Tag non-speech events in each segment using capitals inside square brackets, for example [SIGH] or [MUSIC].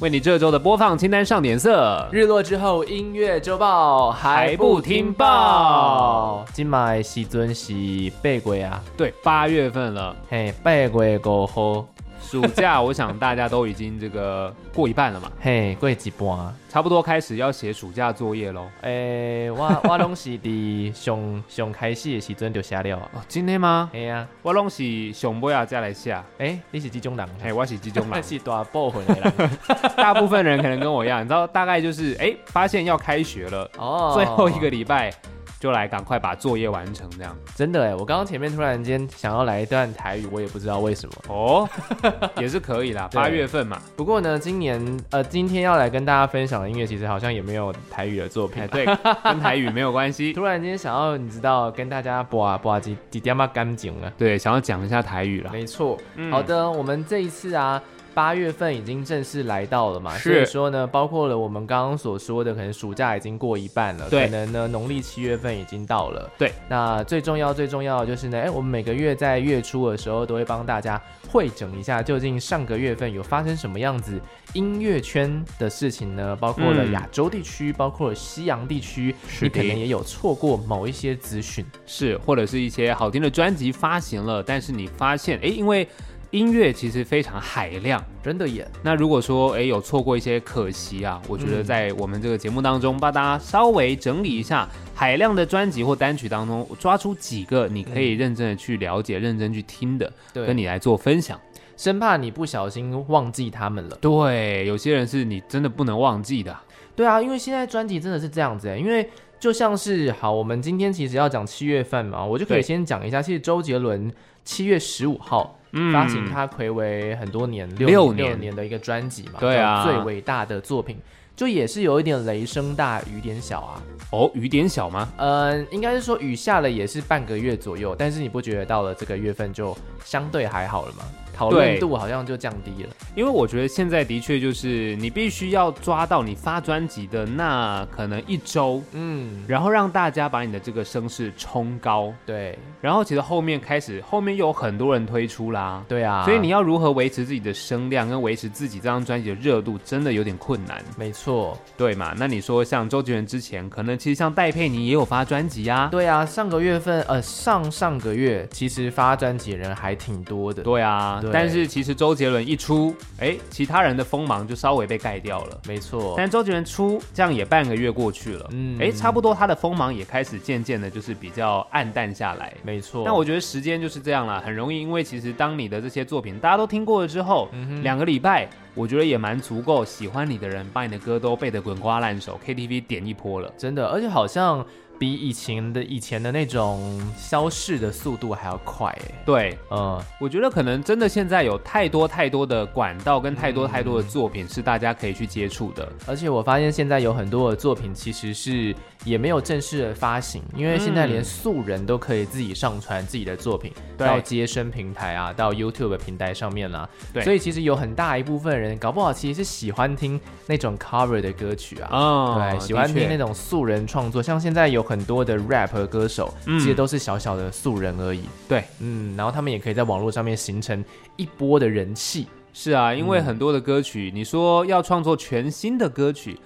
为你这周的播放清单上点色。日落之后，音乐周报还不听报？今麦时阵是八月啊，对，八月份了，嘿，八月过后，暑 [LAUGHS] 假我想大家都已经这个过一半了嘛，嘿，过一半。差不多开始要写暑假作业喽。诶、我我拢是伫上上开始的时阵就写了啊。哦，今天吗？嘿啊，我拢是上尾啊再来下，诶、你是这种人，嘿，我是集中啦。是大部分的 [LAUGHS] 人。大部分人可能跟我一样，你知道，大概就是哎、发现要开学了，哦最后一个礼拜就来赶快把作业完成这样。真的哎，我刚刚前面突然间想要来一段台语，我也不知道为什么。哦，也是可以 [LAUGHS] 啦，对八月份嘛，不过呢，今年呃，今天要来跟大家分享的音乐，其实好像也没有台语的作品哎，。 [LAUGHS] 对，跟台语没有关系。突然间想要，你知道，跟大家播啊播啊几几点嘛干净啊。对，想要讲一下台语啦。没错，嗯好的，我们这一次啊，八月份已经正式来到了嘛，是所以说呢，包括了我们刚刚所说的，可能暑假已经过一半了，对可能呢农历七月份已经到了，对。那最重要最重要的就是呢，哎，我们每个月在月初的时候都会帮大家会诊一下，究竟上个月份有发生什么样子音乐圈的事情呢？包括了嗯亚洲地区，包括了西洋地区，是你可的能也有错过某一些资讯，是，或者是一些好听的专辑发行了，但是你发现哎、因为音乐其实非常海量。真的也那如果说哎有错过一些可惜啊，我觉得嗯在我们这个节目当中，帮大家稍微整理一下海量的专辑或单曲当中，抓出几个你可以认真的去了解、认真去听的，对跟你来做分享。生怕你不小心忘记他们了。对，有些人是你真的不能忘记的啊。对啊，因为现在专辑真的是这样子欸，因为就像是好，我们今天其实要讲七月份嘛，我就可以对先讲一下，其实周杰伦七月十五号。嗯发行他暌违很多年，六年年六年的一个专辑嘛，对啊叫最伟大的作品，就也是有一点雷声大雨点小啊，哦，雨点小吗？嗯，应该是说雨下了也是半个月左右，但是你不觉得到了这个月份就相对还好了吗？讨论对度好像就降低了，因为我觉得现在的确就是你必须要抓到你发专辑的那可能一周，嗯，然后让大家把你的这个声势冲高，对然后其实后面开始后面又有很多人推出啦，对啊，所以你要如何维持自己的声量跟维持自己这张专辑的热度，真的有点困难，没错，对嘛？那你说像周杰伦之前，可能其实像戴佩妮也有发专辑啊，对啊，上个月份呃上上个月其实发专辑的人还挺多的，对啊，对但是其实周杰伦一出，哎，其他人的锋芒就稍微被盖掉了。没错，但周杰伦出，这样也半个月过去了，嗯嗯，哎，差不多他的锋芒也开始渐渐的，就是比较暗淡下来。没错。但我觉得时间就是这样啦，很容易，因为其实当你的这些作品大家都听过了之后，嗯两个礼拜，我觉得也蛮足够，喜欢你的人把你的歌都背得滚瓜烂熟，KTV 点一波了。真的，而且好像比以前的以前的那种消逝的速度还要快哎。对，嗯，我觉得可能真的现在有太多太多的管道跟太多太多嗯的作品是大家可以去接触的。而且我发现现在有很多的作品其实是也没有正式的发行，因为现在连嗯素人都可以自己上传自己的作品、对到接生平台啊，到 YouTube 的平台上面啦、对所以其实有很大一部分人搞不好其实是喜欢听那种 cover 的歌曲啊。哦对，喜欢听那种，种素人创作，像现在有很多的 rap 歌手，嗯其实都是小小的素人而已。对，嗯，然后他们也可以在网络上面形成一波的人气。是啊，因嗯为很多的歌曲，你说要创作全新的歌曲，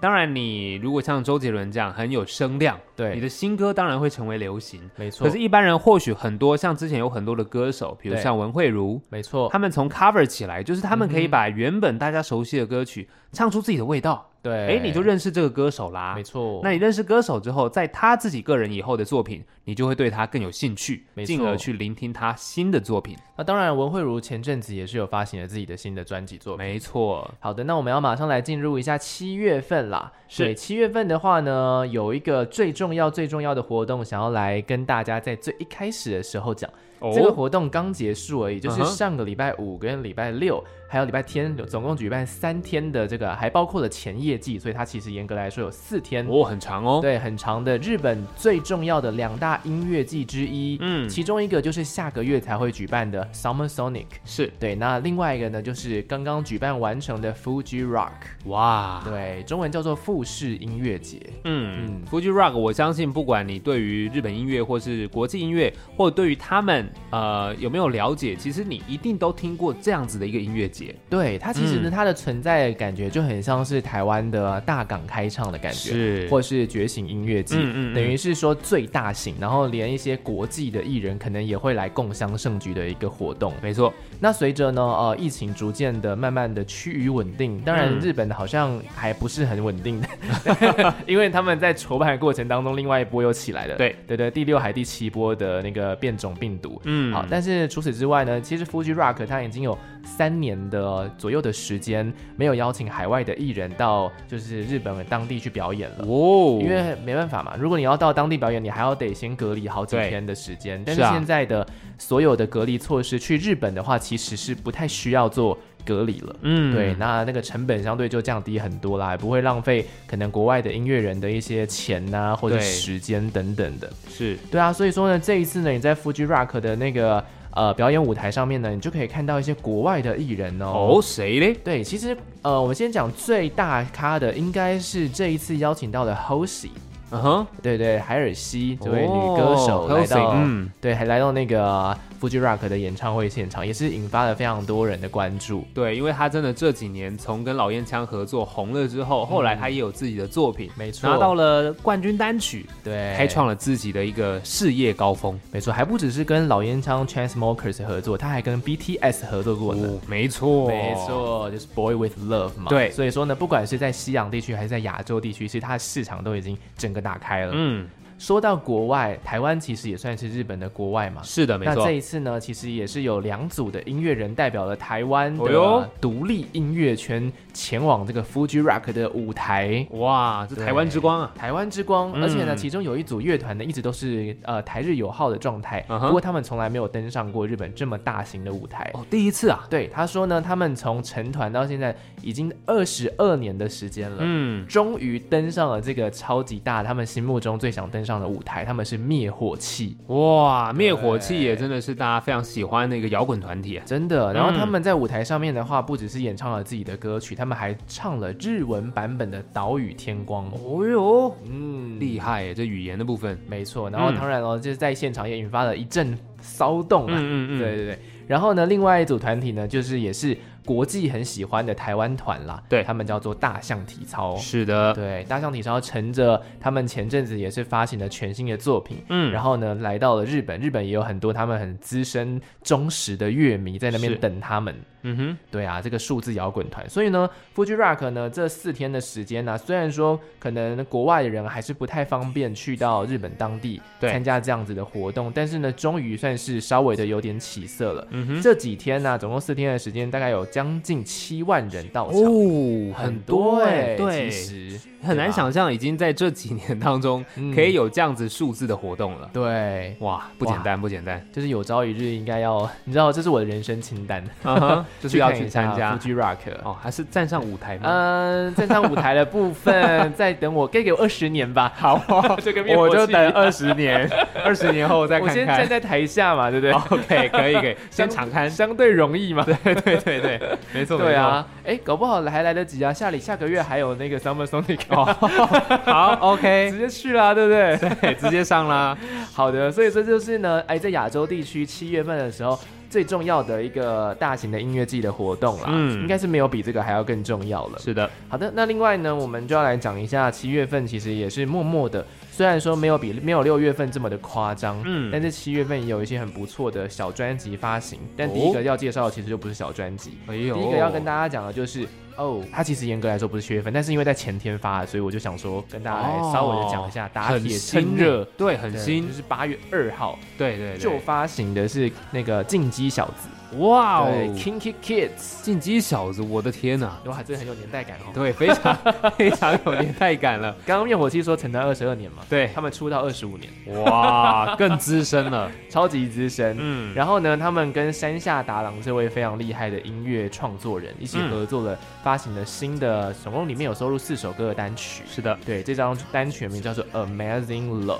当然你如果像周杰伦这样很有声量，对你的新歌当然会成为流行。没错可是，，一般人或许很多像之前有很多的歌手，比如对像文慧茹，没错，嗯他们从 cover 起来，就是他们可以把原本大家熟悉的歌曲唱出自己的味道，对，哎，你就认啊识这个歌手啦没。错。那你认识歌手之后，在他自己个人以后的作品，你就会对他更有兴趣没，进错而去聆听他新的作品。那当然，文慧茹前阵子也是有发行了自己的新的专辑作品。没错，好的，那我们要马上来进入一下七月份啦。是对七月份的话呢，有一个最重要最重要的活动，想要来跟大家在最一开始的时候讲，哦这个活动刚结束而已，就嗯是哼上个礼拜五跟礼拜六，还有礼拜天，总共举办三天的这个，还包括了前夜祭，所以它其实严格来说有四天。哦很长哦，对，很长的日本最重要的两大音乐季之一，嗯其中一个就是下个月才会举办的 Summer Sonic，是对，那另外一个呢就是刚刚举办完成的 Fuji Rock，哇，对，中文叫做富士音乐节，嗯嗯，Fuji Rock，我相信不管你对于日本音乐，或是国际音乐，或对于他们呃有没有了解，其实你一定都听过这样子的一个音乐节，对，它其实呢嗯它的存在感觉就很像是台湾的大港开唱的感觉，是或是觉醒音乐季，嗯嗯嗯等于是说最大型，然后连一些国际的艺人可能也会来共襄盛举的一个活动。没错，那随着呢，呃，疫情逐渐的、慢慢的趋于稳定，当然嗯日本好像还不是很稳定的， [LAUGHS] 因为他们在筹办的过程当中，另外一波又起来了。对对对，第六还第七波的那个变种病毒。嗯好，但是除此之外呢，其实 Fuji Rock 它已经有三年的左右的时间没有邀请海外的艺人到就是日本当地去表演了。哦，因为没办法嘛，如果你要到当地表演，你还要得先隔离好几对天的时间。但是是啊现在的所有的隔离措施，去日本的话，其实是不太需要做隔离了。嗯对，那那个成本相对就降低很多啦，也不会浪费可能国外的音乐人的一些钱呐、或者对时间等等的。是对啊，所以说呢，这一次呢，你在 Fuji Rock 的那个呃表演舞台上面呢，你就可以看到一些国外的艺人哦谁嘞？对，其实呃，我们先讲最大咖的，应该是这一次邀请到的 Halsey，嗯哼，对对，海尔希这位女歌手哦来到， Halsey，嗯对，还来到那个 Fuji Rock 的演唱会现场，也是引发了非常多人的关注。对，因为他真的这几年从跟老烟枪合作红了之后，后来他也有自己的作品，没错拿到了冠军单曲，对，开创了自己的一个事业高峰。没错，还不只是跟老烟枪 Chainsmokers 合作，他还跟 BTS 合作过呢。哦，没错，没。错，就是 Boy with Love 嘛。对所以说呢，不管是在西洋地区还是在亚洲地区，其实它的市场都已经整个打开了。嗯，说到国外，台湾其实也算是日本的国外嘛。是的，没那错这。一次呢，其实也是有两组的音乐人代表了台湾哦哟的独立音乐圈前往这个 Fuji Rock 的舞台。哇，这对台湾之光啊！台湾之光，嗯而且呢，其中有一组乐团呢，一直都是呃台日友好的状态，嗯哼不过他们从来没有登上过日本这么大型的舞台。哦，第一次啊。对，他说呢，他们从成团到现在已经二十二年的时间了，嗯，终于登上了这个超级大，他们心目中最想登上的舞台，他们是灭火器。哇，啊灭火器也真的是大家非常喜欢的一个摇滚团体啊。真的，然后嗯他们在舞台上面的话，不只是演唱了自己的歌曲，他们还唱了日文版本的《岛屿天光》。哦哟，嗯，厉害耶！这语言的部分。没错。然后当然了，就是在现场也引发了一阵骚动啊。嗯对对对。然后呢，另外一组团体呢，就是也是国际很喜欢的台湾团啦，对他们叫做大象体操。是的。对，大象体操乘着他们前阵子也是发行了全新的作品，嗯然后呢来到了日本，日本也有很多他们很资深忠实的乐迷在那边是等他们。嗯哼，对啊，这个数字摇滚团，所以呢，Fuji Rock 呢这四天的时间呢、虽然说可能国外的人还是不太方便去到日本当地对参加这样子的活动，但是呢，终于算是稍微的有点起色了。嗯哼。这几天呢、总共四天的时间，大概有将近七万人到场，哦，很多哎，对，对，其实很难想象，已经在这几年当中嗯可以有这样子数字的活动了。对，哇，不简单，不简单，就是有朝一日应该要，你知道，这是我的人生清单，嗯哼就是 [LAUGHS] 要去参加 Fuji Rock。哦，还是站上舞台吗？嗯，站上舞台的部 [LAUGHS] 分，再等我，可以给我二十年吧。好啊， [LAUGHS] 这个灭火我器就等二十年，二十年后再我看哦先站看。在台下嘛，对不对？ [LAUGHS] OK，可以可以， [LAUGHS] 先敞开。相对容易嘛。 [LAUGHS] 对对对对，没错对，啊，哎，搞不好还来得及啊！下里下个月还有那个 Summer Sonic，、哦没错哦 [LAUGHS] 好 OK， [LAUGHS] 直接去啦，对不对？对，直接上啦。好的，所以这就是呢，哎，在亚洲地区七月份的时候最重要的一个大型的音乐季的活动啦，嗯应该是没有比这个还要更重要了。是的，好的，那另外呢，我们就要来讲一下七月份，其实也是默默的，虽然说没有比没有六月份这么的夸张，嗯但是七月份也有一些很不错的哦小专辑发行。但第一个要介绍的其实就不是小专辑，哎呦第一个要跟大家讲的就是哦，它其实严格来说不是七月份，但是因为在前天发的，所以我就想说跟大家来哦稍微的讲一下，打铁趁热，对，欸很对新就，是八月二号对对对，就发行的是那个进击小子，哇对哦， ，Kinky Kids，进击小子，我的天呐、哇，真的很有年代感哦。对，非常 [LAUGHS] 非常有年代感了，刚刚灭火器说成团二十二年嘛，对，他们出道二十五年，哇，更资深了，超级资深。 [LAUGHS] 嗯，然后呢，他们跟山下达郎这位非常厉害的音乐创作人一起嗯合作了，发行了新的，总共里面有收录四首歌的单曲。是的对，这张单曲名叫做《Amazing Love》。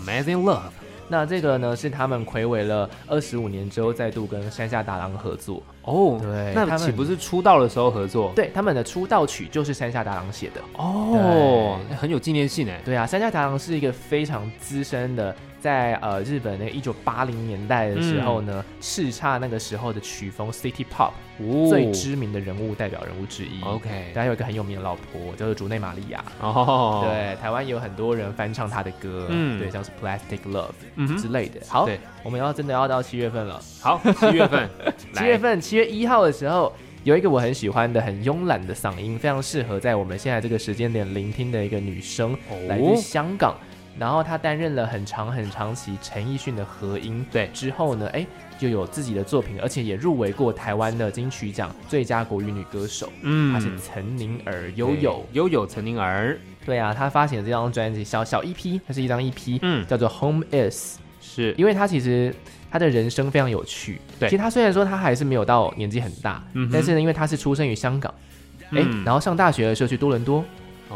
，Amazing Love，那这个呢，是他们暌违了二十五年之后，再度跟山下达郎合作。哦，对他那们岂不是出道的时候合作？对，他们的出道曲就是山下达郎写的。哦对，很有纪念性哎，对啊，山下达郎是一个非常资深的，在呃日本那个一九八零年代的时候呢，叱咤那个时候的曲风 City Pop 哦最知名的人物代表人物之一。 OK，他有一个很有名的老婆，叫做竹内玛利亚。哦，，对，台湾也有很多人翻唱她的歌，嗯对，像是 Plastic Love 嗯之哼，类的。好对，我们要真的要到七月份了。，好，七月份 [LAUGHS] 七月份，七月一号的时候，有一个我很喜欢的、很慵懒的嗓音，非常适合在我们现在这个时间点聆听的一个女生，来来自哦，香港。然后她担任了很长很长期陈奕迅的合音，对之后呢，哎，就有自己的作品，而且也入围过台湾的金曲奖最佳国语女歌手，她是嗯，岑宁儿悠悠。对悠悠岑宁儿，对啊，她发行的这张专辑小小 EP，它是一张 EP，、嗯，叫做《Home Is》。是，因为他其实他的人生非常有趣。对其实他虽然说他还是没有到年纪很大，嗯哼但是呢，因为他是出生于香港，哎、嗯然后上大学的时候去多伦多，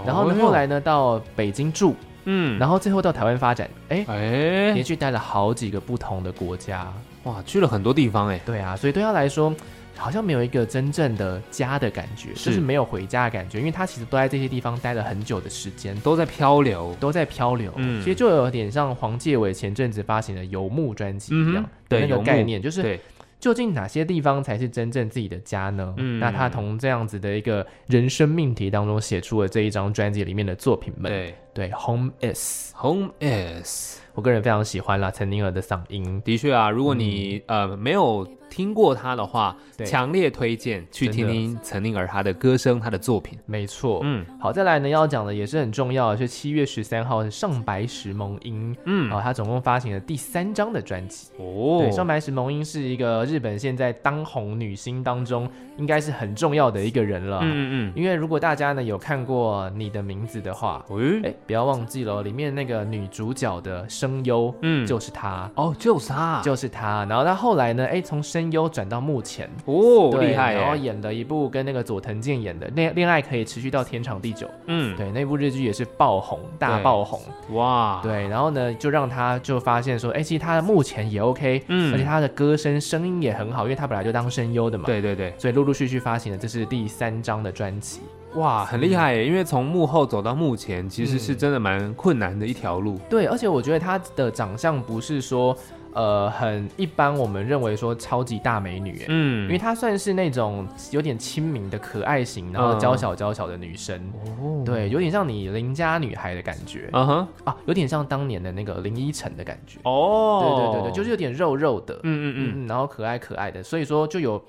然后呢后，哦来呢到北京住，嗯，然后最后到台湾发展，哎。连哎，续待了好几个不同的国家，哇，去了很多地方哎，对啊，所以对他来说，好像没有一个真正的家的感觉，是就是没有回家的感觉，因为他其实都在这些地方待了很久的时间，都在漂流，都在漂流，嗯其实就有点像黄介伟前阵子发行的《游牧》专辑一样嗯哼的对那游个牧概念，就是对，究竟哪些地方才是真正自己的家呢？嗯那他从这样子的一个人生命题当中写出了这一张专辑里面的作品们。对对，Home Is， ，Home is。我个人非常喜欢啦，岑宁儿的嗓音。的确啊，如果你、呃没有听过他的话嗯对，强烈推荐去真的听听岑宁儿她的歌声、她的作品。没错，嗯好，再来呢要讲的也是很重要的，是七月十三号的上白石萌音。嗯啊、他总共发行了第三张的专辑。哦对，上白石萌音是一个日本现在当红女星当中应该是很重要的一个人了。嗯嗯因为如果大家呢有看过《你的名字》的话，嗯，哎、不要忘记了哦，里面那个女主角的声优，嗯就是她，哦，就是他，就是她。然后她后来呢，哎、从声优转到幕前，哦，对厉害然后耶，演了一部跟那个佐藤健演的《恋恋爱可以持续到天长地久》，嗯，对，那部日剧也是爆红，大对爆红。哇，，对，然后呢，就让她就发现说，哎、其实她的幕前也 OK，嗯而且她的歌声声音也很好，因为她本来就当声优的嘛，，对对对，所以陆陆续续发行了这是第三张的专辑。哇，很厉害耶，因为从幕后走到幕前，其实是嗯真的蛮困难的一条路。对，而且我觉得她的长相不是说呃很一般，我们认为说超级大美女、欸，嗯，因为她算是那种有点亲民的可爱型，然后嗯娇小娇小的女生。哦，对，有点像你邻家女孩的感觉、嗯哼，啊，有点像当年的那个林依晨的感觉。哦，，对对对对，就是是有点肉肉的，嗯嗯嗯，嗯嗯，然后可爱可爱的，所以说就有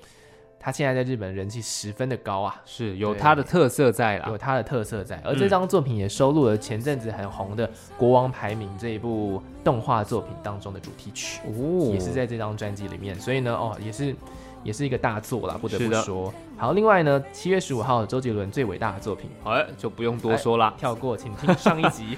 她现在在日本人气十分的高啊，是有对他的特色在啦有。她的特色在。而嗯这张作品也收录了前阵子很红的《国王排名》这一部动画作品当中的主题曲，哦也是在这张专辑里面。所以呢，哦，也是也是一个大作啦，不得是不的说。好，另外呢，七月十五号周杰伦最伟大的作品，哎，就不用多 [LAUGHS] 说啦。跳过，请听上一 [LAUGHS] 集。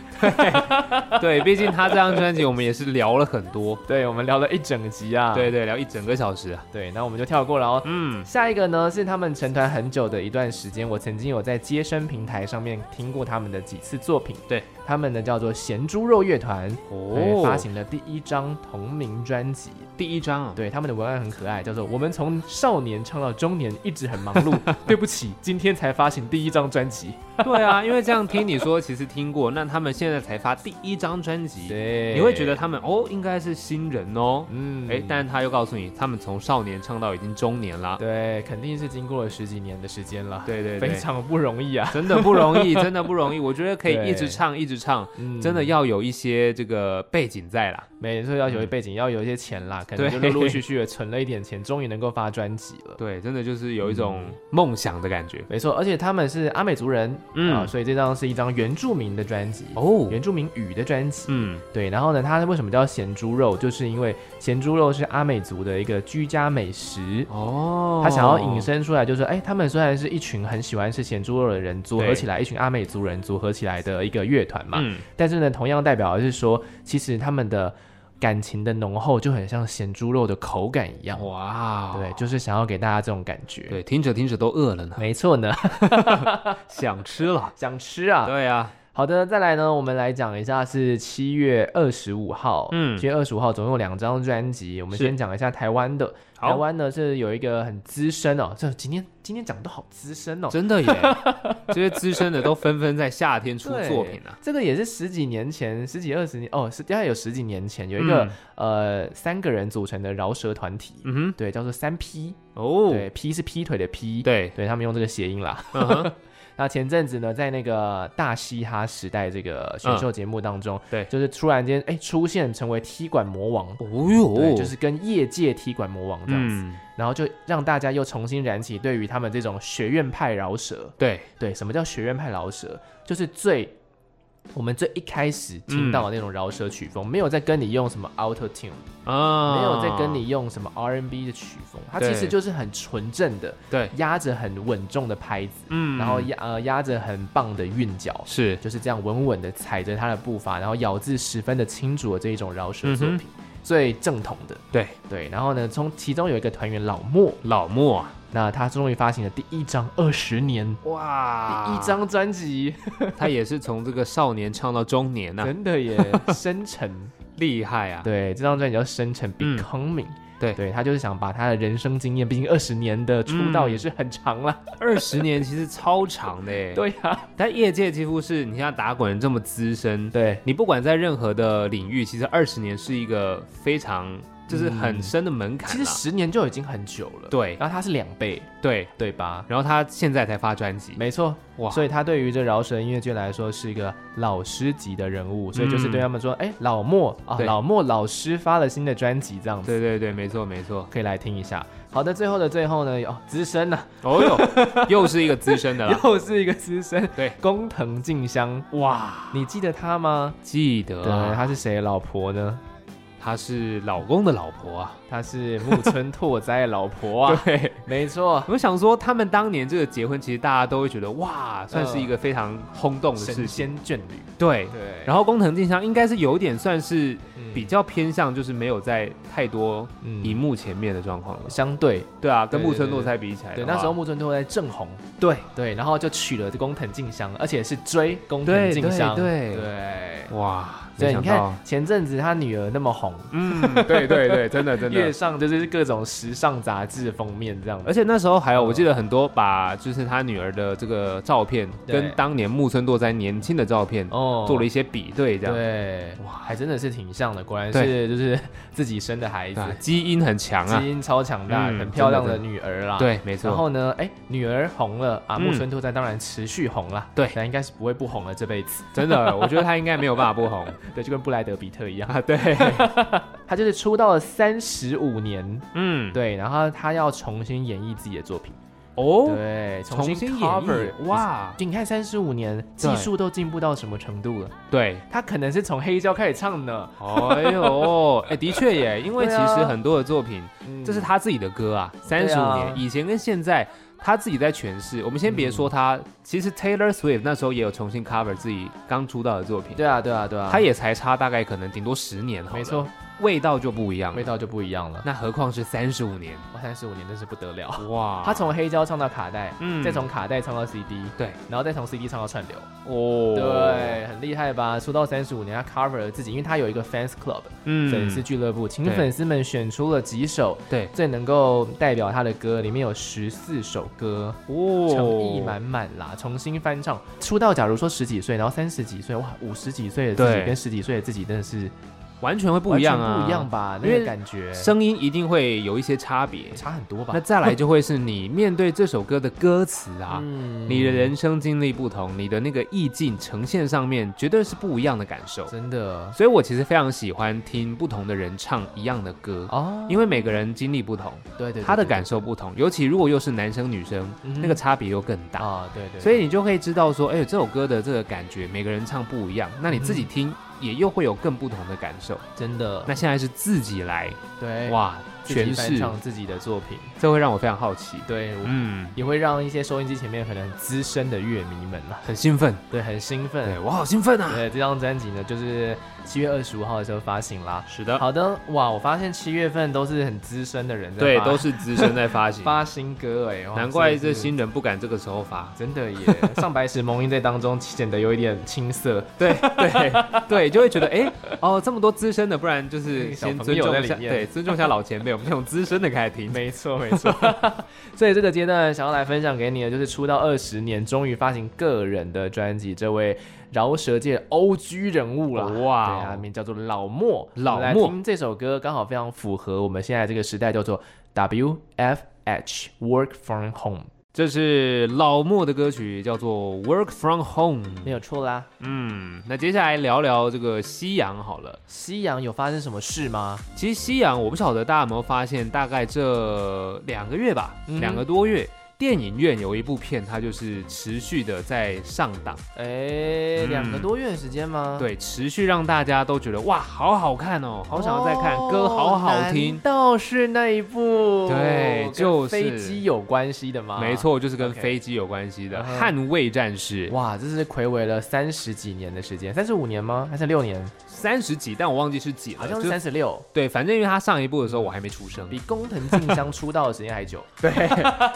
对，毕竟他这张专辑我们也是聊了很多，对，我们聊了一整集啊。对对，聊一整个小时啊。对，那我们就跳过了哦。嗯，下一个呢是他们成团很久的一段时间，我曾经有在接生平台上面听过他们的几次作品。对，他们呢叫做咸猪肉乐团，对，哦，发行了第一张同名专辑。第一张啊，对，他们的文案很可爱，叫做“我们从少年唱到中年，一直很忙 [LAUGHS] 碌。对不起，今天才发行第一张专辑。对啊，因为这样听你说，其实听过，那他们现在才发第一张专”辑，对你会觉得，他们哦，应该是新人哦。嗯哎，但是他又告诉你，他们从少年唱到已经中年啦。对，肯定是经过了十几年的时间了，对对非对，常不容易啊。真的不容易，真的不容易。我觉得可对以一直唱，一直唱，嗯真的要有一些这个背景在啦。没错，要有一背景，要有一些钱啦，可能就嗯对陆陆续续的存了一点钱， [LAUGHS] 终于能够发专辑了。对，真的就是有一种梦想的感觉。没错，而且他们是阿美族人，嗯啊，所以这张是一张原住民的专辑，哦原住民语的专辑。嗯，对，然后呢，它为什么叫咸猪肉？就是因为咸猪肉是阿美族的一个居家美食。哦，他想要引申出来，就是哎，他们虽然是一群很喜欢吃咸猪肉的人组合对起来，一群阿美族人组合起来的一个乐团嘛，嗯，但是呢，同样代表的是说，其实他们的感情的浓厚就很像咸猪肉的口感一样，哇，对，就是想要给大家这种感觉。哦对，听着听着都饿了呢，没错 [LAUGHS] 呢，想吃了。想吃啊。对啊，好的，再来呢，我们来讲一下是七月二十五号，嗯七月二十五号总共有两张专辑，我们是先讲一下台湾的。好台湾呢是有一个很资深哦，这今天今天讲得都好资深哦，真的 [LAUGHS] 耶，这些资深的都纷纷在夏天出作品啊。这个也是十几年前，十几二十年哦，是大概有十几年前有一个、呃三个人组成的饶舌团体，嗯对，叫做三 P，、哼，哦，对，P 是劈腿的 P，对，对他们用这个谐音啦。嗯哼，那前阵子呢，在那个大嘻哈时代这个选秀节目当中，嗯对就是突然间哎、出现成为踢馆魔王。哦对，哟，就是跟业界踢馆魔王这样子，嗯，然后就让大家又重新燃起对于他们这种学院派饶舌，对，对，什么叫学院派饶舌？就是最我们最一开始听到的那种饶舌曲风，没有在跟你用什么 Auto Tune，、啊，没有在跟你用什么 R&B 的曲风，它对其实就是很纯正的，对，压着很稳重的拍子，嗯然后压呃压着很棒的韵脚，是就是这样稳稳的踩着它的步伐，然后咬字十分的清楚的这一种饶舌作嗯哼品，最正统的。对对，然后呢，从其中有一个团员老莫，老莫啊，那他终于发行了第一张二十年。哇第一张专辑，他也是从这个少年唱到中年呐，真的耶，深沉。厉害啊，对，这张专辑叫《深沉嗯 Becoming》。对对，他就是想把他的人生经验，毕竟二十年的出道嗯也是很长了。二十年其实超长的 [LAUGHS] 耶，对呀、啊 [LAUGHS] 但业界几乎是你像打滚这么资深，对，你不管在任何的领域，其实二十年是一个非常就是很深的门 [LAUGHS] 嗯槛其啦。实十年就已经很久了。对然后他是两倍，对，对吧？然后他现在才发专辑，没错，哇所以他对于这饶舌音乐界来说是一个老师级的人物，所以就是对他们说，哎、老莫啊，嗯对老莫老师发了新的专辑，这样子对对对，没错没错。可以来听一下。好的，最后的最后呢，哦，资深呢、[LAUGHS] 哦哟，又是一个资深的了。又是一个资深，对，工藤静香，哇，你记得他吗？记 [LAUGHS] 得对，啊她是谁的老婆呢？她是老公的老婆啊。她是木村拓哉的老婆 [LAUGHS] 啊，对，没错，我想说，他们当年这个结婚，其实大家都会觉得哇，算是一个非常轰动的事神情。仙眷侣。对，对然然后工藤静香应该是有点算是嗯比较偏向，就是没有在太多嗯荧幕前面的状况了后。相对对啊，跟对对木村拓哉比起来的对，话，那时候木村拓哉正红，对对，然后就娶了宫藤静香，而且是追宫藤静香，对对对哇，对，没你想看到，前阵子他女儿那么红，嗯，对对对，真的真 [LAUGHS] 月的。上就是各种时尚杂志封面这样而子，且那时候还有，嗯我记得很多把就是他女儿的这个照片对跟当年木村拓哉年轻的照片哦做了一些比对，这样对，哇，还真的是挺像的，果然对是就是自己生的孩对啊子，基因很强啊基。因超强大，嗯很漂亮的真的女儿啦，。对，没错。然后呢？哎，女儿红了啊！嗯木村拓哉当然持续红了，对那应该是不会不红了这辈子。 [LAUGHS] 真的，我觉得他应该没有办法不红对，就跟布莱德比特一样， [LAUGHS] 啊。对，他就是出道了三十五年，嗯，对，然后他要重新演绎自己的作品，哦，对，重重新新演 cover，绎，哇，就你看三十五年技术都进步到什么程度了？对，他可能是从黑胶开始唱呢，哎呦，哎，的 [LAUGHS] 确耶，因为其对啊嗯实很多的作品这是他自己的歌啊，三对十五啊年、以前跟现在，他自己在诠释。我们先别说嗯他，其实 Taylor Swift 那时候也有重新 cover 自己刚出道的作品，对啊，对啊，对啊，他也才差大概可能顶多十年好了没，错，味道就不一样味了。道就不一样了。那何况是三十五年，哇，三十五年真是不得了。哇，他从黑胶唱到卡带，嗯再从卡带唱到 CD，对，然后再从 CD 唱到串流，哦，对，很厉害吧？出道三十五年，他 cover 了自己，因为他有一个 fans club 嗯粉丝俱乐部，请对粉丝们选出了几首对最能够代表他的歌，里面有十四首歌，哦诚意满满啦，重新翻唱。出道假如说十几岁，然后三十几岁，哇，五十几岁的自己对跟十几岁的自己真的是完全会不一样完啊，全不一样吧？因那为个感觉声音一定会有一些差别。差很多吧？那再来就会是你面对这首歌的歌词啊，嗯你的人生经历不同，你的那个意境呈现上面绝对是不一样的感受。真的所以我其实非常喜欢听不同的人唱一样的歌，哦，因为每个人经历不同，对对对，他的对感受不同，尤其如果又是男生女生，嗯哼那个差别又更大。啊，对对，所以你就可以知道说，哎，这首歌的这个感觉，每个人唱不一样，那你自嗯己听也又会有更不同的感受。真的那现在是自己来，对哇，哎自己诠翻释，唱自己的作品，这会让我非常好奇。对，我嗯，也会让一些收音机前面可能很资深的乐迷们啊，很兴奋，对，很兴对奋。我好兴奋啊！对，这张专辑呢，就是七月二十五号的时候发行啦。是的，好的，哇，我发现七月份都是很资深的人在对，发都是资深在发行，发新歌哎、哇 [LAUGHS] 难怪真这的是。新人不敢这个时候发真的耶，上白石萌音在当中显得有一点青涩，对对对，就会觉得哎、哦，这么多资深的，不然就是小先朋尊友重在一下，里面对，尊重一下老前辈，我们这种资深的开始听。 [LAUGHS] 没错，没错。所以这个阶段想要来分享给你的，就是出道二十年，终于发行个人的专辑，这位饶舌界 O G 人物啦。哇哦对啊，名叫做老莫。老我们来莫听这首歌刚好非常符合我们现在这个时代，叫做 W F H Work from Home，这是老莫的歌曲，叫做《Work from Home》。没有错啦。嗯，那接下来聊聊这个西洋好了。西洋有发生什么事吗？其实西洋，我不晓得大家有没有发现，大概这两个月吧，嗯两个多月，电影院有一部片，它就是持续的在上档，哎，嗯两个多月的时间吗？，对，持续让大家都觉得哇，好好看哦，好想要再看，歌好好听。倒哦是那一部，对跟就是飞机有关系的吗？没。错，就是跟啊 OK 飞机有关系的嗯《哼捍卫战士》哇，这是暌违了三十几年的时间，三十五年吗？还是六年？三十几，但我忘记是几了，好像就是三十六，对，反正因为他上一部的时候我还没出 [LAUGHS] 生，嗯比工藤静香出道的时间还 [LAUGHS] 久。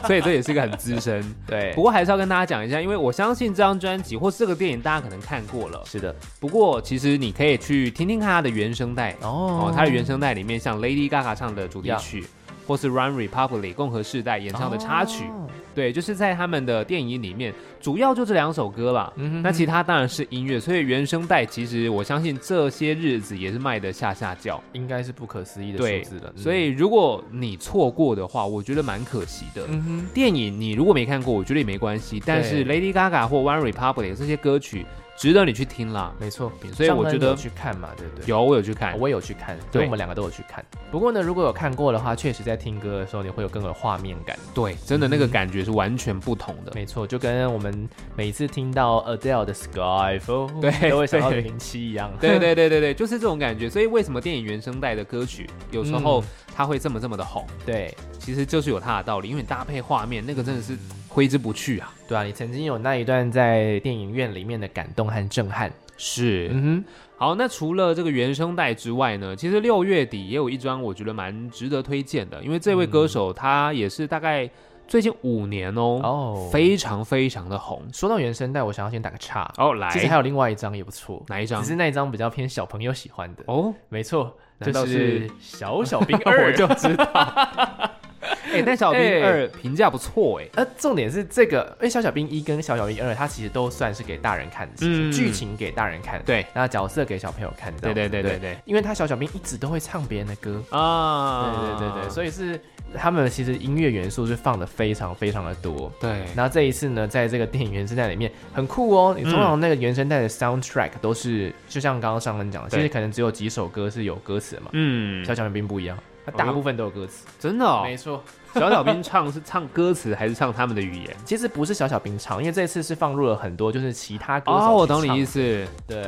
所以这也是个很资深。对不，过还是要跟大家讲一下，因为我相信这张专辑或是这个电影大家可能看过了，是的。不过其实你可以去听听看它的原声带哦哦，它的原声带里面像 Lady Gaga 唱的主题曲。或是 Run Republic 共和世代演唱的插曲，哦对，就是在他们的电影里面，主要就这两首歌啦。嗯哼那其他当然是音乐，所以原声带其实我相信这些日子也是卖的下下叫。应该是不可思议的对数字了。，嗯所以，如果你错过的话，我觉得蛮可惜的。嗯哼，电影你如果没看过，我觉得也没关系。但是 Lady Gaga 或 One Republic 这些歌曲值得你去听啦。没错。所以我上班觉有得去看嘛，对不对？有，我有去看。我也有去看，所对以我们两个都有去看。不过呢，如果有看过的话，确实在听歌的时候你会有更有画面感。对，真的那嗯个感觉是完全不同的。没错，就跟我们每次听到 Adele 的 Skyfall，对都会想到对零七一样。 [LAUGHS] 对对对对对，就是这种感觉。所以为什么电影原声带的歌曲有时候嗯它会这么这么的红，对，其实就是有它的道理，因为你搭配画面那个真的是挥之不去啊。对啊，你曾经有那一段在电影院里面的感动和震撼。是嗯好，那除了这个原声带之外呢，其实六月底也有一张我觉得蛮值得推荐的，因为这位嗯歌手他也是大概最近五年哦，哼，哦，非常非常的红。说到原声带，我想要先打个岔。哦，来其实还有另外一张也不错，哪一张只？是那一张比较偏小朋友喜欢的。哦，没错，难道就是是小小兵 [LAUGHS] 我二。就 [LAUGHS] 知道。哎、但小兵哎二评价不错哎、呃，重点是这个，因为小小兵一跟小小兵二，它其实都算是给大人看的，嗯剧情给大人看，对，那角色给小朋友看，这对样对子对对对因为他小小兵一直都会唱别人的歌，啊，对对对对，以所以是他们其实音乐元素是放的非常非常的多。对然后这一次呢，在这个电影原声带里面很酷哦。你通常那个原声带的 soundtrack 都是，就像刚刚上文讲的，对其实可能只有几首歌是有歌词的嘛。嗯小，小兵不一样，它大部分都有歌词。真的哦，错，小小兵唱是唱歌词还是唱他们 [LAUGHS] 的语言？其实不是小小兵唱，因为这次是放入了很多就是其他歌手哦，我懂去你意唱。思。对，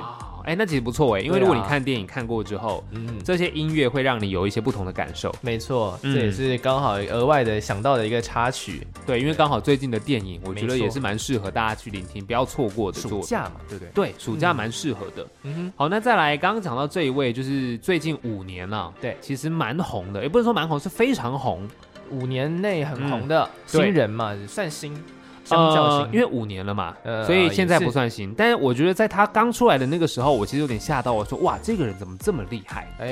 哇，哎、那其实不错哎、因为对啊如果你看电影看过之后，嗯，这些音乐会让你有一些不同的感受。没错，这嗯也是刚好额外的想到的一个插曲。对，因为刚好最近的电影，我没觉得错也是蛮适合大家去聆听，不要错过的作暑品。假嘛，对不对？对，暑假蛮适合的。嗯哼，好，那再来，刚刚讲到这一位，就是最近五年了、对其实蛮红的，也不是说蛮红，是非常红。五年内很红的嗯对新人嘛，算新，相较呃新，因为五年了嘛，呃所以现在也是不算新。但是我觉得在他刚出来的那个时候，我其实有点吓到，我说哇，这个人怎么这么厉害？哎，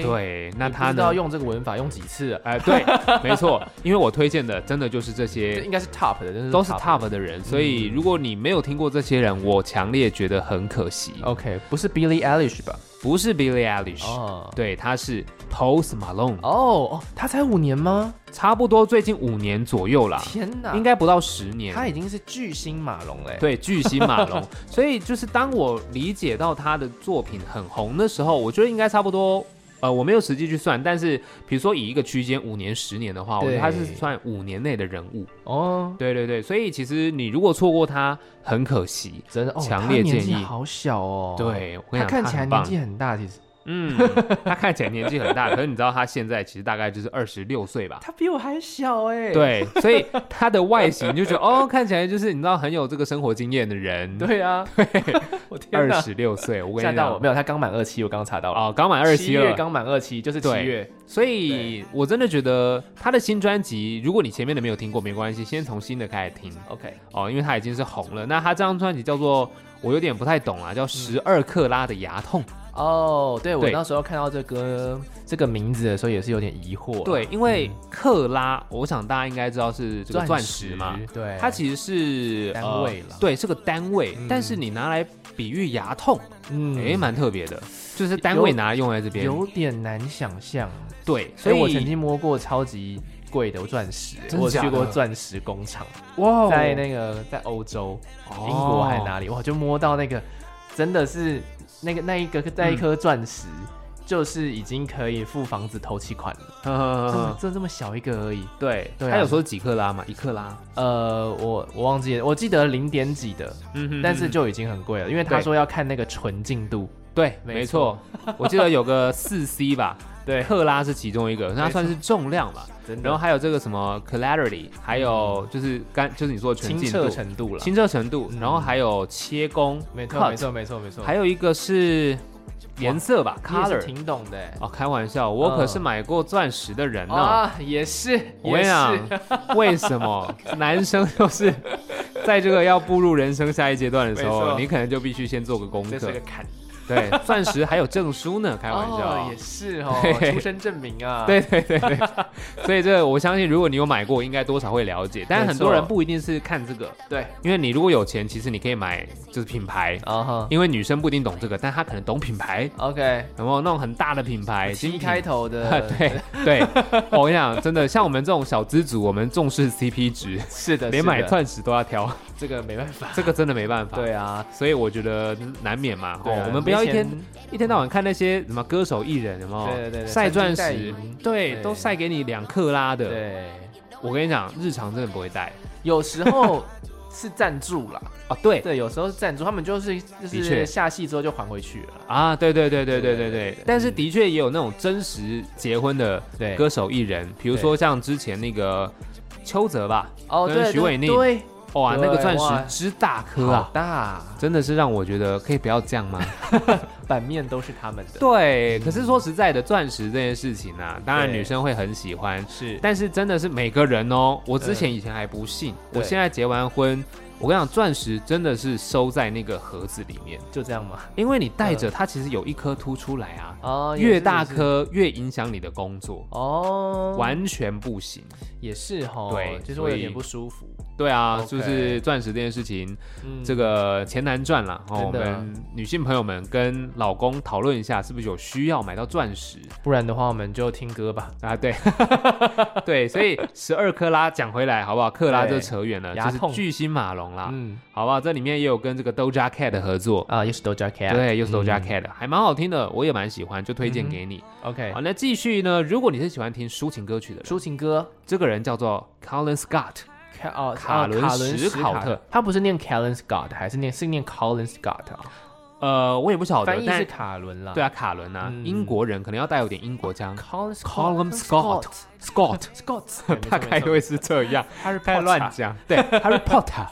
对，那你不他知道呢？用这个文法用几次了？哎、对，没错，因为我推荐的真的就是这些这应该是 top 的，真的都是 top 嗯的。 top 的人，所以如果你没有听过这些人，我强烈觉得很可惜。 OK，不是 Billy Eilish 吧？不是 Billie Eilish，、哦对，他是 Post Malone，、哦哦，他才五年吗？差不多最近五年左右啦，天哪，啊应该不到十年。他已经是巨星马龙嘞。，对，巨星 [LAUGHS] 马龙。所以就是当我理解到他的作品很红的时候，我觉得应该差不多。呃，我没有实际去算，但是比如说以一个区间五年、十年的话，我觉得他是对算五年内的人物。哦，对对对，所以其实你如果错过他，很可惜。真的，哦，强他烈年建纪议好小哦。，对，我跟他你讲，看起来年很棒纪很大，其实嗯，他看起来年纪很大，可是你知道他现在其实大概就是二十 [LAUGHS] 六岁吧。他比我还小哎。对，所以他的外形你就觉得哦，看起来就是你知道很有这个生活经验的人。，对啊， [LAUGHS] 我天二哪，十六岁，我跟吓你到我讲，没有？他刚满二七，我刚刚查到了，哦，刚满二七七月了，刚满二七，就是七对月。所以我真的觉得他的新专辑，如果你前面的没有听过，没关系，先从新的开始听 OK，哦，因为他已经是红了。那他这张专辑叫做我有点不太懂啊，叫《十二克拉的牙痛》。哦，对我对那时候看到这个这个名字的时候也是有点疑惑。对，，因为克拉，我想大家应该知道是这个钻钻石嘛，？对，它其实是单呃位啦对，是个单位，嗯但是你拿来比喻牙痛，嗯诶，蛮特别的，就是单位有拿来用在这哎边，有点难想象。对，所所以以我曾经摸过超级贵的钻石，真我假去过的钻石工厂，哇在那个在欧洲、哦英国还哪里，我就摸到那个真的是那个那一个嗯那一颗钻石。就是已经可以付房子头期款了，呵呵呵这么呵这这么小一个而已。对，对啊他有说几克拉嘛，一克拉，呃，我我忘记了，我记得零点几的，嗯哼但是就已经很贵了，因为他对说要看那个纯净度。对，没没错，我记得有个四 C 吧， [LAUGHS] 对，克拉是其中一个，那它算是重量吧。真嗯然后还有这个什么 clarity，还有就是干，就是你说的纯清净澈度、程度了。清澈程度，嗯然后还有切工，没错， cut 没错，没错，没错。还有一个是颜色吧你也是，color。挺懂的欸哦，开玩笑，我嗯可是买过钻石的人呢、啊，也是，我跟也你是。 [LAUGHS] 讲，为什么男生都是在这个要步入人生下一阶段的时没候，错你可能就必须先做个功这课是个。坎，对，钻石还有证书呢，开玩 [LAUGHS] 笑。哦，也是哦， [LAUGHS] 对出生证明啊，，对对 [LAUGHS] 对对，所以这个我相信，如果你有买过，应该多少会了解。但是很多没错人不一定是看这个，对，因为你如果有钱，其实你可以买就是品牌，啊哈因为女生不一定懂这个，但她可能懂品牌， ，OK，然后那种很大的品牌，七精品开。头的， [LAUGHS] 对对， [LAUGHS] 我跟你讲，真的，像我们这种小资族，我们重视 CP 值，是的，连呃是的买钻石都 [LAUGHS] 要挑，这个没办法，这个真的没办法。，对啊，所以我觉得难免嘛，对哦啊，我们不要一没天钱一天到晚看那些什么歌手艺人，什么对对对对晒钻穿石金戴银，对，对都晒给你两克拉的，对，我跟你讲，日常真的不会戴有时候是赞助啦，啊。对哦对，有时候是赞助，他们就是就的是确下戏之后就还回去了，啊，对对对对对对对对对对。但是的确也有那种真实结婚的对，歌手艺人，比如说像之前那个邱泽吧，哦，跟对，徐伟宁对，哇，对那个钻哇石之大颗好啊，大，真的是让我觉得可以不要这样吗？版面都是他们的，对，可是说实在的，钻石这件事情啊，当然嗯对女生会很喜欢，是，但是真的是每个人哦，我之对前以前还不信，我对现在结完婚，我跟你讲，钻石真的是收在那个盒子里面，就这样嘛，因为你戴着它，其实有一颗凸出来啊，嗯哦，也越是大，也是颗越影响你的工作，哦，完全不行。也是哈，对就是所会有以点不舒服。对啊， OK 就是钻石这件事情，嗯这个钱难赚啦。哦，我真的们女性朋友们跟老公讨论一下，是不是有需要买到钻石不然的话，我们就听歌吧。啊？对， [LAUGHS] 对，所以十二克拉讲回来好不好？克拉对就扯远了，牙就是痛巨星马龙啦，嗯好不好？这里面也有跟这个 Doja Cat 的合作。啊，也是 Doja Cat。对，嗯又是 Doja 嗯 Cat，、还蛮好听的，我也蛮喜欢，就推荐给你。 OK，好，那继续呢？如果你是喜欢听抒情歌曲的人，抒情歌。这个人叫做 Colin Scott，卡哦，卡哦伦卡伦史史考考特，他不是念 Colin Scott，还是念是念 Colin Scott 啊？呃，我也不晓得翻，译是但卡伦啦。对啊，卡伦啊，嗯英国人可能要带有点英国腔，Colin Colin Scott ，Scott Scott， [LAUGHS] 大概会是这样，他是太乱讲，对，Harry Potter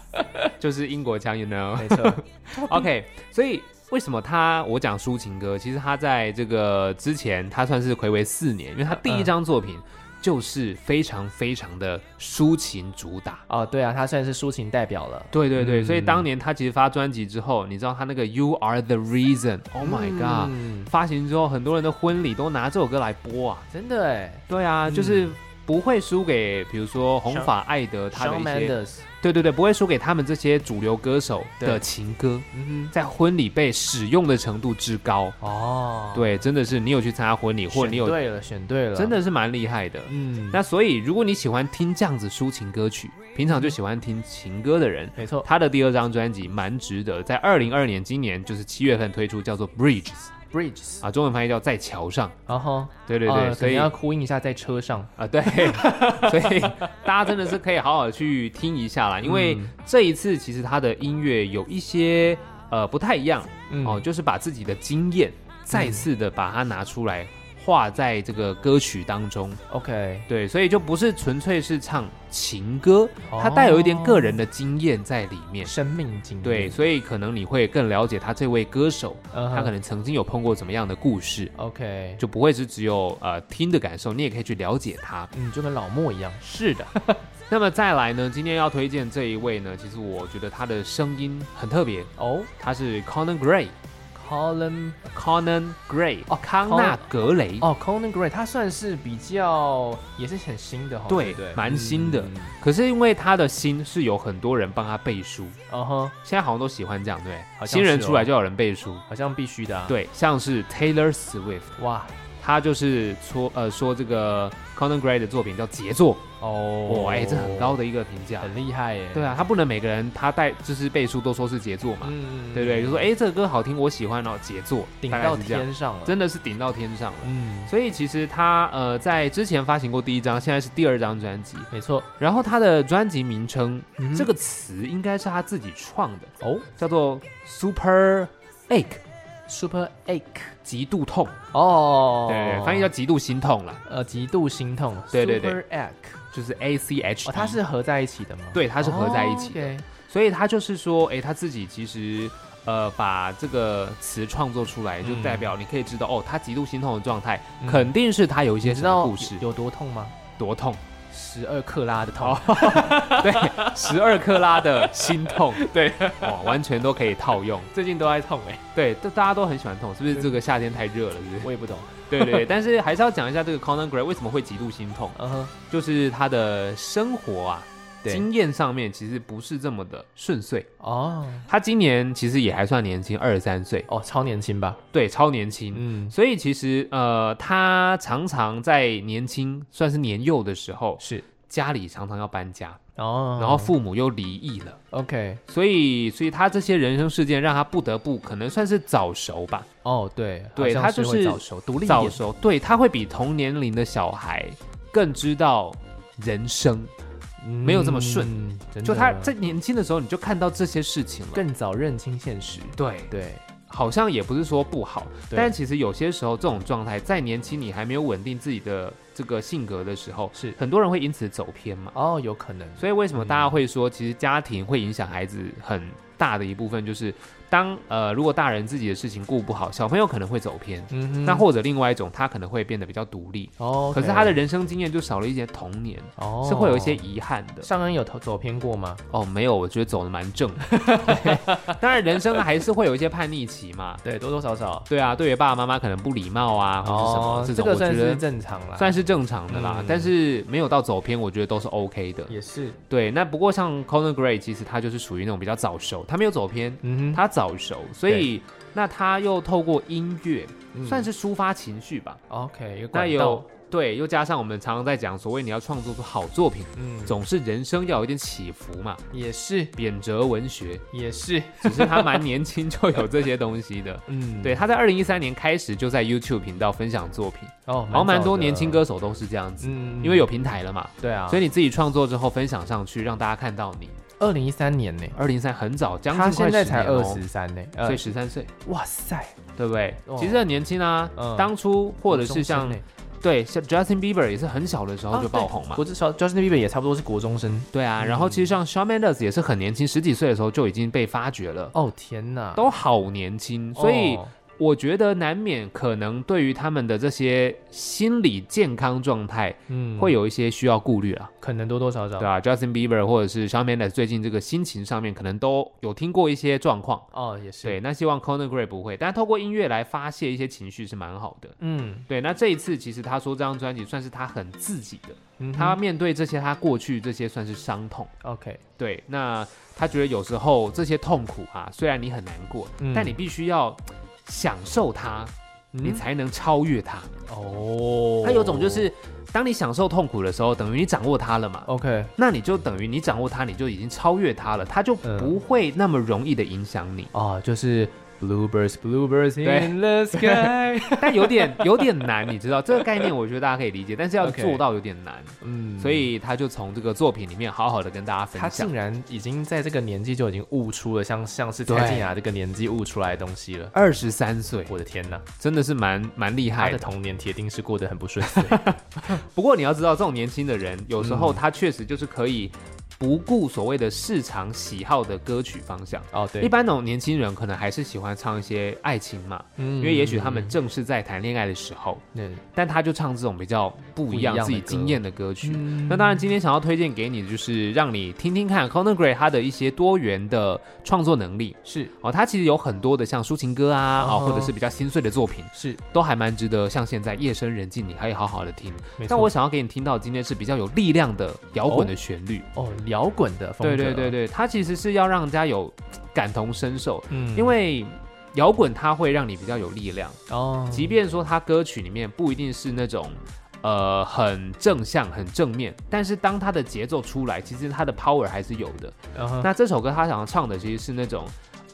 就是英国腔，you know。 [LAUGHS] 没错， [LAUGHS] OK，所以为什么他我讲抒情歌，其实他在这个之前他算是暌违四年，因为他第一嗯张作品就是非常非常的抒情主打。哦，对啊，他算是抒情代表了。对对对，嗯所以当年他其实发专辑之后，你知道他那个 You Are the Reason，Oh Oh my God，、嗯发行之后很多人的婚礼都拿这首歌来播啊。真的哎对啊，嗯就是不会输给比如说红发艾德他的 s 一 h a 些 Mendes，对对对，不会输给他们这些主流歌手的对情歌，嗯在婚礼被使用的程度之高。哼，哦，对，真的是你有去参加婚礼，或选你有对了，选对了，真，的是蛮厉害的。嗯，那所以，如果你喜欢听这样子抒情歌曲，平常就喜欢听情歌的人，没错，他的第二张专辑蛮值得，在二零二年今年就是七月份推出，叫做《Bridges Bridges，》啊，中文翻译叫在桥上。然后对对对，所所以以哦要啊、呼应一下在车上，对， [LAUGHS] 所以大家真的是可以好好去听一下啦，因为嗯这一次其实他的音乐有一些呃不太一样嗯哦，就是把自己的经验再次的把它拿出来。画在这个歌曲当中， ，OK，对，所以就不是纯粹是唱情歌，它哦带有一点个人的经验在里面。生命经历，对，所以可能你会更了解他这位歌手，嗯哼他可能曾经有碰过怎么样的故事， OK，就不会是只有呃听的感受，你也可以去了解他。嗯，就跟老莫一样，是 [LAUGHS] 的，那么再来呢，今天要推荐这一位呢，其实我觉得他的声音很特别，哦他是 Conan Gray，Conan ，Colin， Gray 哦，康纳 Conan- 格雷，哦，Colin Gray，他算是比较也是很新的哈，对不对，蛮新的嗯可是因为他的心是有很多人帮他背书，嗯哼，现在好像都喜欢这样，对不对，好像新人是哦出来就有人背书。好像必须的啊，，对，像是 Taylor Swift，哇，他就是说呃说这个 Conan Gray 的作品叫杰作，哦，哦，哎、这很高，的一个评价。很厉害耶，对啊，他不能每个人他带就是背书都说是杰作嘛，嗯，嗯对不对？就说哎、这个歌好听，我喜欢哦，杰作，顶大概到是这样，天上了，真的是顶到天上了。嗯，所以其实他呃在之前发行过第一张，现在是第二张专辑，没错，然后他的专辑名称、嗯这个词应该是他自己创的，哦叫做 Super Ache， ，Super Ache，极度痛，哦，对，翻译叫极度心痛啦，呃极度心痛，对对对 s u p e r Ache，就是 A C H，、E 哦，它是合在一起的吗？哦对，它是合在一起的。的，所以他就是说，诶，他自己其实呃把这个词创作出来，就代表你可以知道，哦，他极度心痛的状态，嗯肯定是他有一你些知什么道故事，有多痛吗？哦多 [LAUGHS] 痛，十二克拉的痛，对，十二克拉的心痛，对，哇，完全都可以套用， [LAUGHS] 最近都在痛哎，对，都大家都很喜欢痛，是不是？这个夏天太热了，是不是？我也不懂，对对对，但是还是要讲一下这个 Conan Gray 为什么会极度心痛，啊嗯哼，就是他的生活啊，对经验上面其实不是这么的顺遂。哦他今年其实也还算年轻，二十三岁，哦，超年轻吧？对，超年轻。嗯，所以其实呃，他常常在年轻，算是年幼的时候，是家里常常要搬家，哦，然后父母又离异了， OK，所以所以他这些人生事件让他不得不可能算是早熟吧，哦对，对好像他就是会早熟独立一早点，熟，对他会比同年龄的小孩更知道人生，没没有这么顺，真的就他在年嗯轻的时候你就看到这些事情了，更早认清现实，对，对，好像也不是说不好，对但其实有些时候这种状态，在年轻你还没有稳定自己的这个性格的时候，是嗯很多人会因此走偏嘛。哦有可能，所以为什么大家会说，其实家庭会影响孩子很大的一部分，就是当呃如果大人自己的事情顾不好，小朋友可能会走偏。嗯哼，那或者另外一种，他可能会变得比较独立，哦，可是他的人生经验就少了一些童年，哦是会有一些遗憾的。上恩有头走偏过吗？哦，没有，我觉得走的蛮正的。对当然，人生还是会有一些叛逆期嘛。对，多多少少，对啊，对于爸爸妈妈可能不礼貌啊，或者什么、哦，这这种，个我算觉是得正常啦，算是正常的啦。嗯但是没有到走偏，我觉得都是 OK 的。也是，对，那不过像 Conan Gray，其实他就是属于那种比较早熟，他没有走偏，嗯哼，他早熟，所以那他又透过音乐、嗯算是抒发情绪吧。 OK，有那管道有，对，又加上我们常常在讲，所谓你要创作出好作品，嗯，总是人生要有一点起伏嘛。也是贬谪文学，也是，只是他蛮年轻就有这些东西的。嗯，对，，他在二零一三年开始就在 YouTube 频道分享作品，哦，好像蛮早多的年轻，歌手都是这样子，嗯因为有平台了嘛，对啊，所以以你自己创作之后分享上去，让大家看到你。二零一三年呢，二零三很早，将近他现在才快10年二哦十，三呢，所以呃，十三岁，哇塞，对不对？哦其实很年轻啊嗯，当初或者国是中生欸像呢对像 Justin Bieber 也是很小的时候啊就爆红嘛国，之小 Justin Bieber 也差不多是国中生，对啊。然后其实像 Shawn Mendes 也是很年轻，十几岁的时候就已经被发掘了，哦天哪，都好年轻。所以哦我觉得难免可能对于他们的这些心理健康状态嗯，会有一些需要顾虑啊，可能多多少少对啊 j u s t i n Bieber 或者是 Shawn Mendes 最近这个心情上面可能都有听过一些状况，哦，也是对，那希望 Conan Gray 不会，但透过音乐来发泄一些情绪是蛮好的。嗯，对，那这一次其实他说这张专辑算是他很自己的，嗯哼他面对这些他过去这些算是伤痛。 OK，对，那他觉得有时候这些痛苦啊，虽然你很难过，嗯但你必须要享受它，你嗯才能超越它。哦，他有种就是，当你享受痛苦的时候，等于你掌握它了嘛。 OK，那你就等于你掌握它，你就已经超越它了，它就嗯不会那么容易的影响你。哦，就是 bluebirds bluebirds 对 in the sky，但有点有点难，你知道这个概念，我觉得大家可以理解，但是要 OK 做到有点难。 [LAUGHS] 嗯，所以他就从这个作品里面好好的跟大家他分享竟。然已经在这个年纪就已经悟出了像像是对蔡健雅这个年纪悟出来的东西了。二十三岁，我的天呐，真的是蛮蛮厉他害的的。童年铁定是过得很不 [LAUGHS] 顺遂。不过你要知道，这种年轻的人，有时嗯候他确实就是可以不顾所谓的市场喜好的歌曲方向。哦，对，一般那种年轻人可能还是喜欢唱一些爱情嘛，嗯因为也许他们正是在谈恋爱的时候，嗯但他就唱这种比较不一样不一样的歌自己经验的歌曲。嗯那当然，今天想要推荐给你的就是让你听听看 Conan Gray 他的一些多元的创作能力。是哦，他其实有很多的像抒情歌啊，啊、哦或者是比较心碎的作品，是，都还蛮值得。像现在夜深人静，你可以好好的听。没但错我想要给你听到今天是比较有力量的摇滚的旋律。哦摇滚的风格，对对对，对，它其实是要让人家有感同身受，嗯因为摇滚它会让你比较有力量，哦即便说它歌曲里面不一定是那种。呃，很正向、很正面，但是当它的节奏出来，其实它的 power 还是有的。嗯哼那这首歌他想要唱的其实是那种，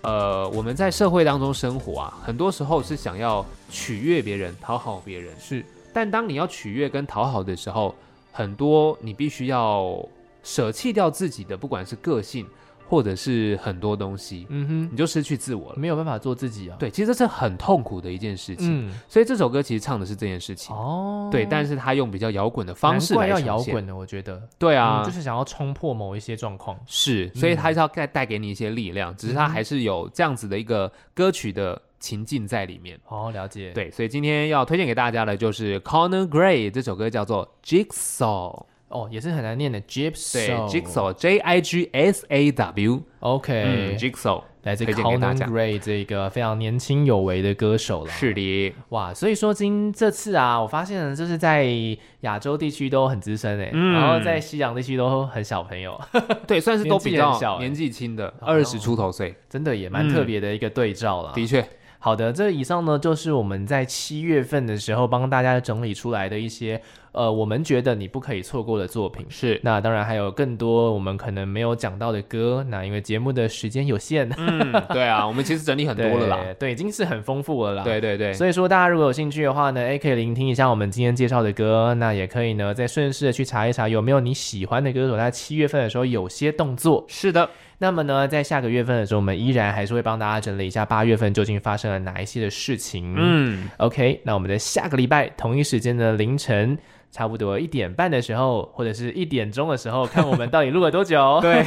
呃，我们在社会当中生活啊，很多时候是想要取悦别人、讨好别人，是但当你要取悦跟讨好的时候，很多你必须要舍弃掉自己的，不管是个性或者是很多东西，嗯你就失去自我哼，了。没有办法做自己啊，，对，其实这是很痛苦的一件事情。嗯所以这首歌其实唱的是这件事情，哦，对，但是他用比较摇滚的方式难怪来要呈摇现滚，的，我觉得对啊嗯，就是嗯想要冲破某一些状况，是，所以它是要带带给你一些力量，只是嗯它还是有这样子的一个歌曲的情境在里面。哦，了解，，对，所以今天要推荐给大家的就是 Conor Gray 这首歌叫做 Jigsaw，哦，也是很难念的对 Gypsy，Gypsy，OK， ，Jigsaw J I G S A W，嗯，Jigsaw 来自推荐给大 Conan 家 Gray 这个非常年轻有为的歌手了。是的，哇，所以说今这次啊，我发现就是在亚洲地区都很资深哎、嗯然后在西洋地区都很小朋友，对，算是都比年纪很较小年纪轻的，哦二十出头岁，真的也嗯蛮特别的一个对照啦。的确，好的，这以上呢就是我们在七月份的时候帮大家整理出来的一些呃，我们觉得你不可以错过的作品。是，那当然还有更多我们可能没有讲到的歌，那因为节目的时间有限，嗯，对啊，我们其实整理 [LAUGHS] 很多了啦， [LAUGHS] 对，对，已经是很丰富了啦。对对对，所以说，大家如果有兴趣的话呢，也可以聆听一下我们今天介绍的歌，那也可以呢，再顺势的去查一查有没有你喜欢的歌手在七月份的时候有些动作。是的，那么呢，在下个月份的时候，我们依然还是会帮大家整理一下八月份究竟发生了哪一些的事情。嗯， OK，那我们在下个礼拜同一时间的凌晨，差不多一点半的时候，或者是一点钟的时候，看我们到底录了多久。 [LAUGHS] 对，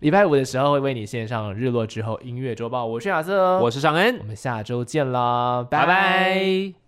礼拜五的时候会为你献上日落之后音乐周报，我是亚瑟，我是尚恩我，们下周见啦，拜拜拜。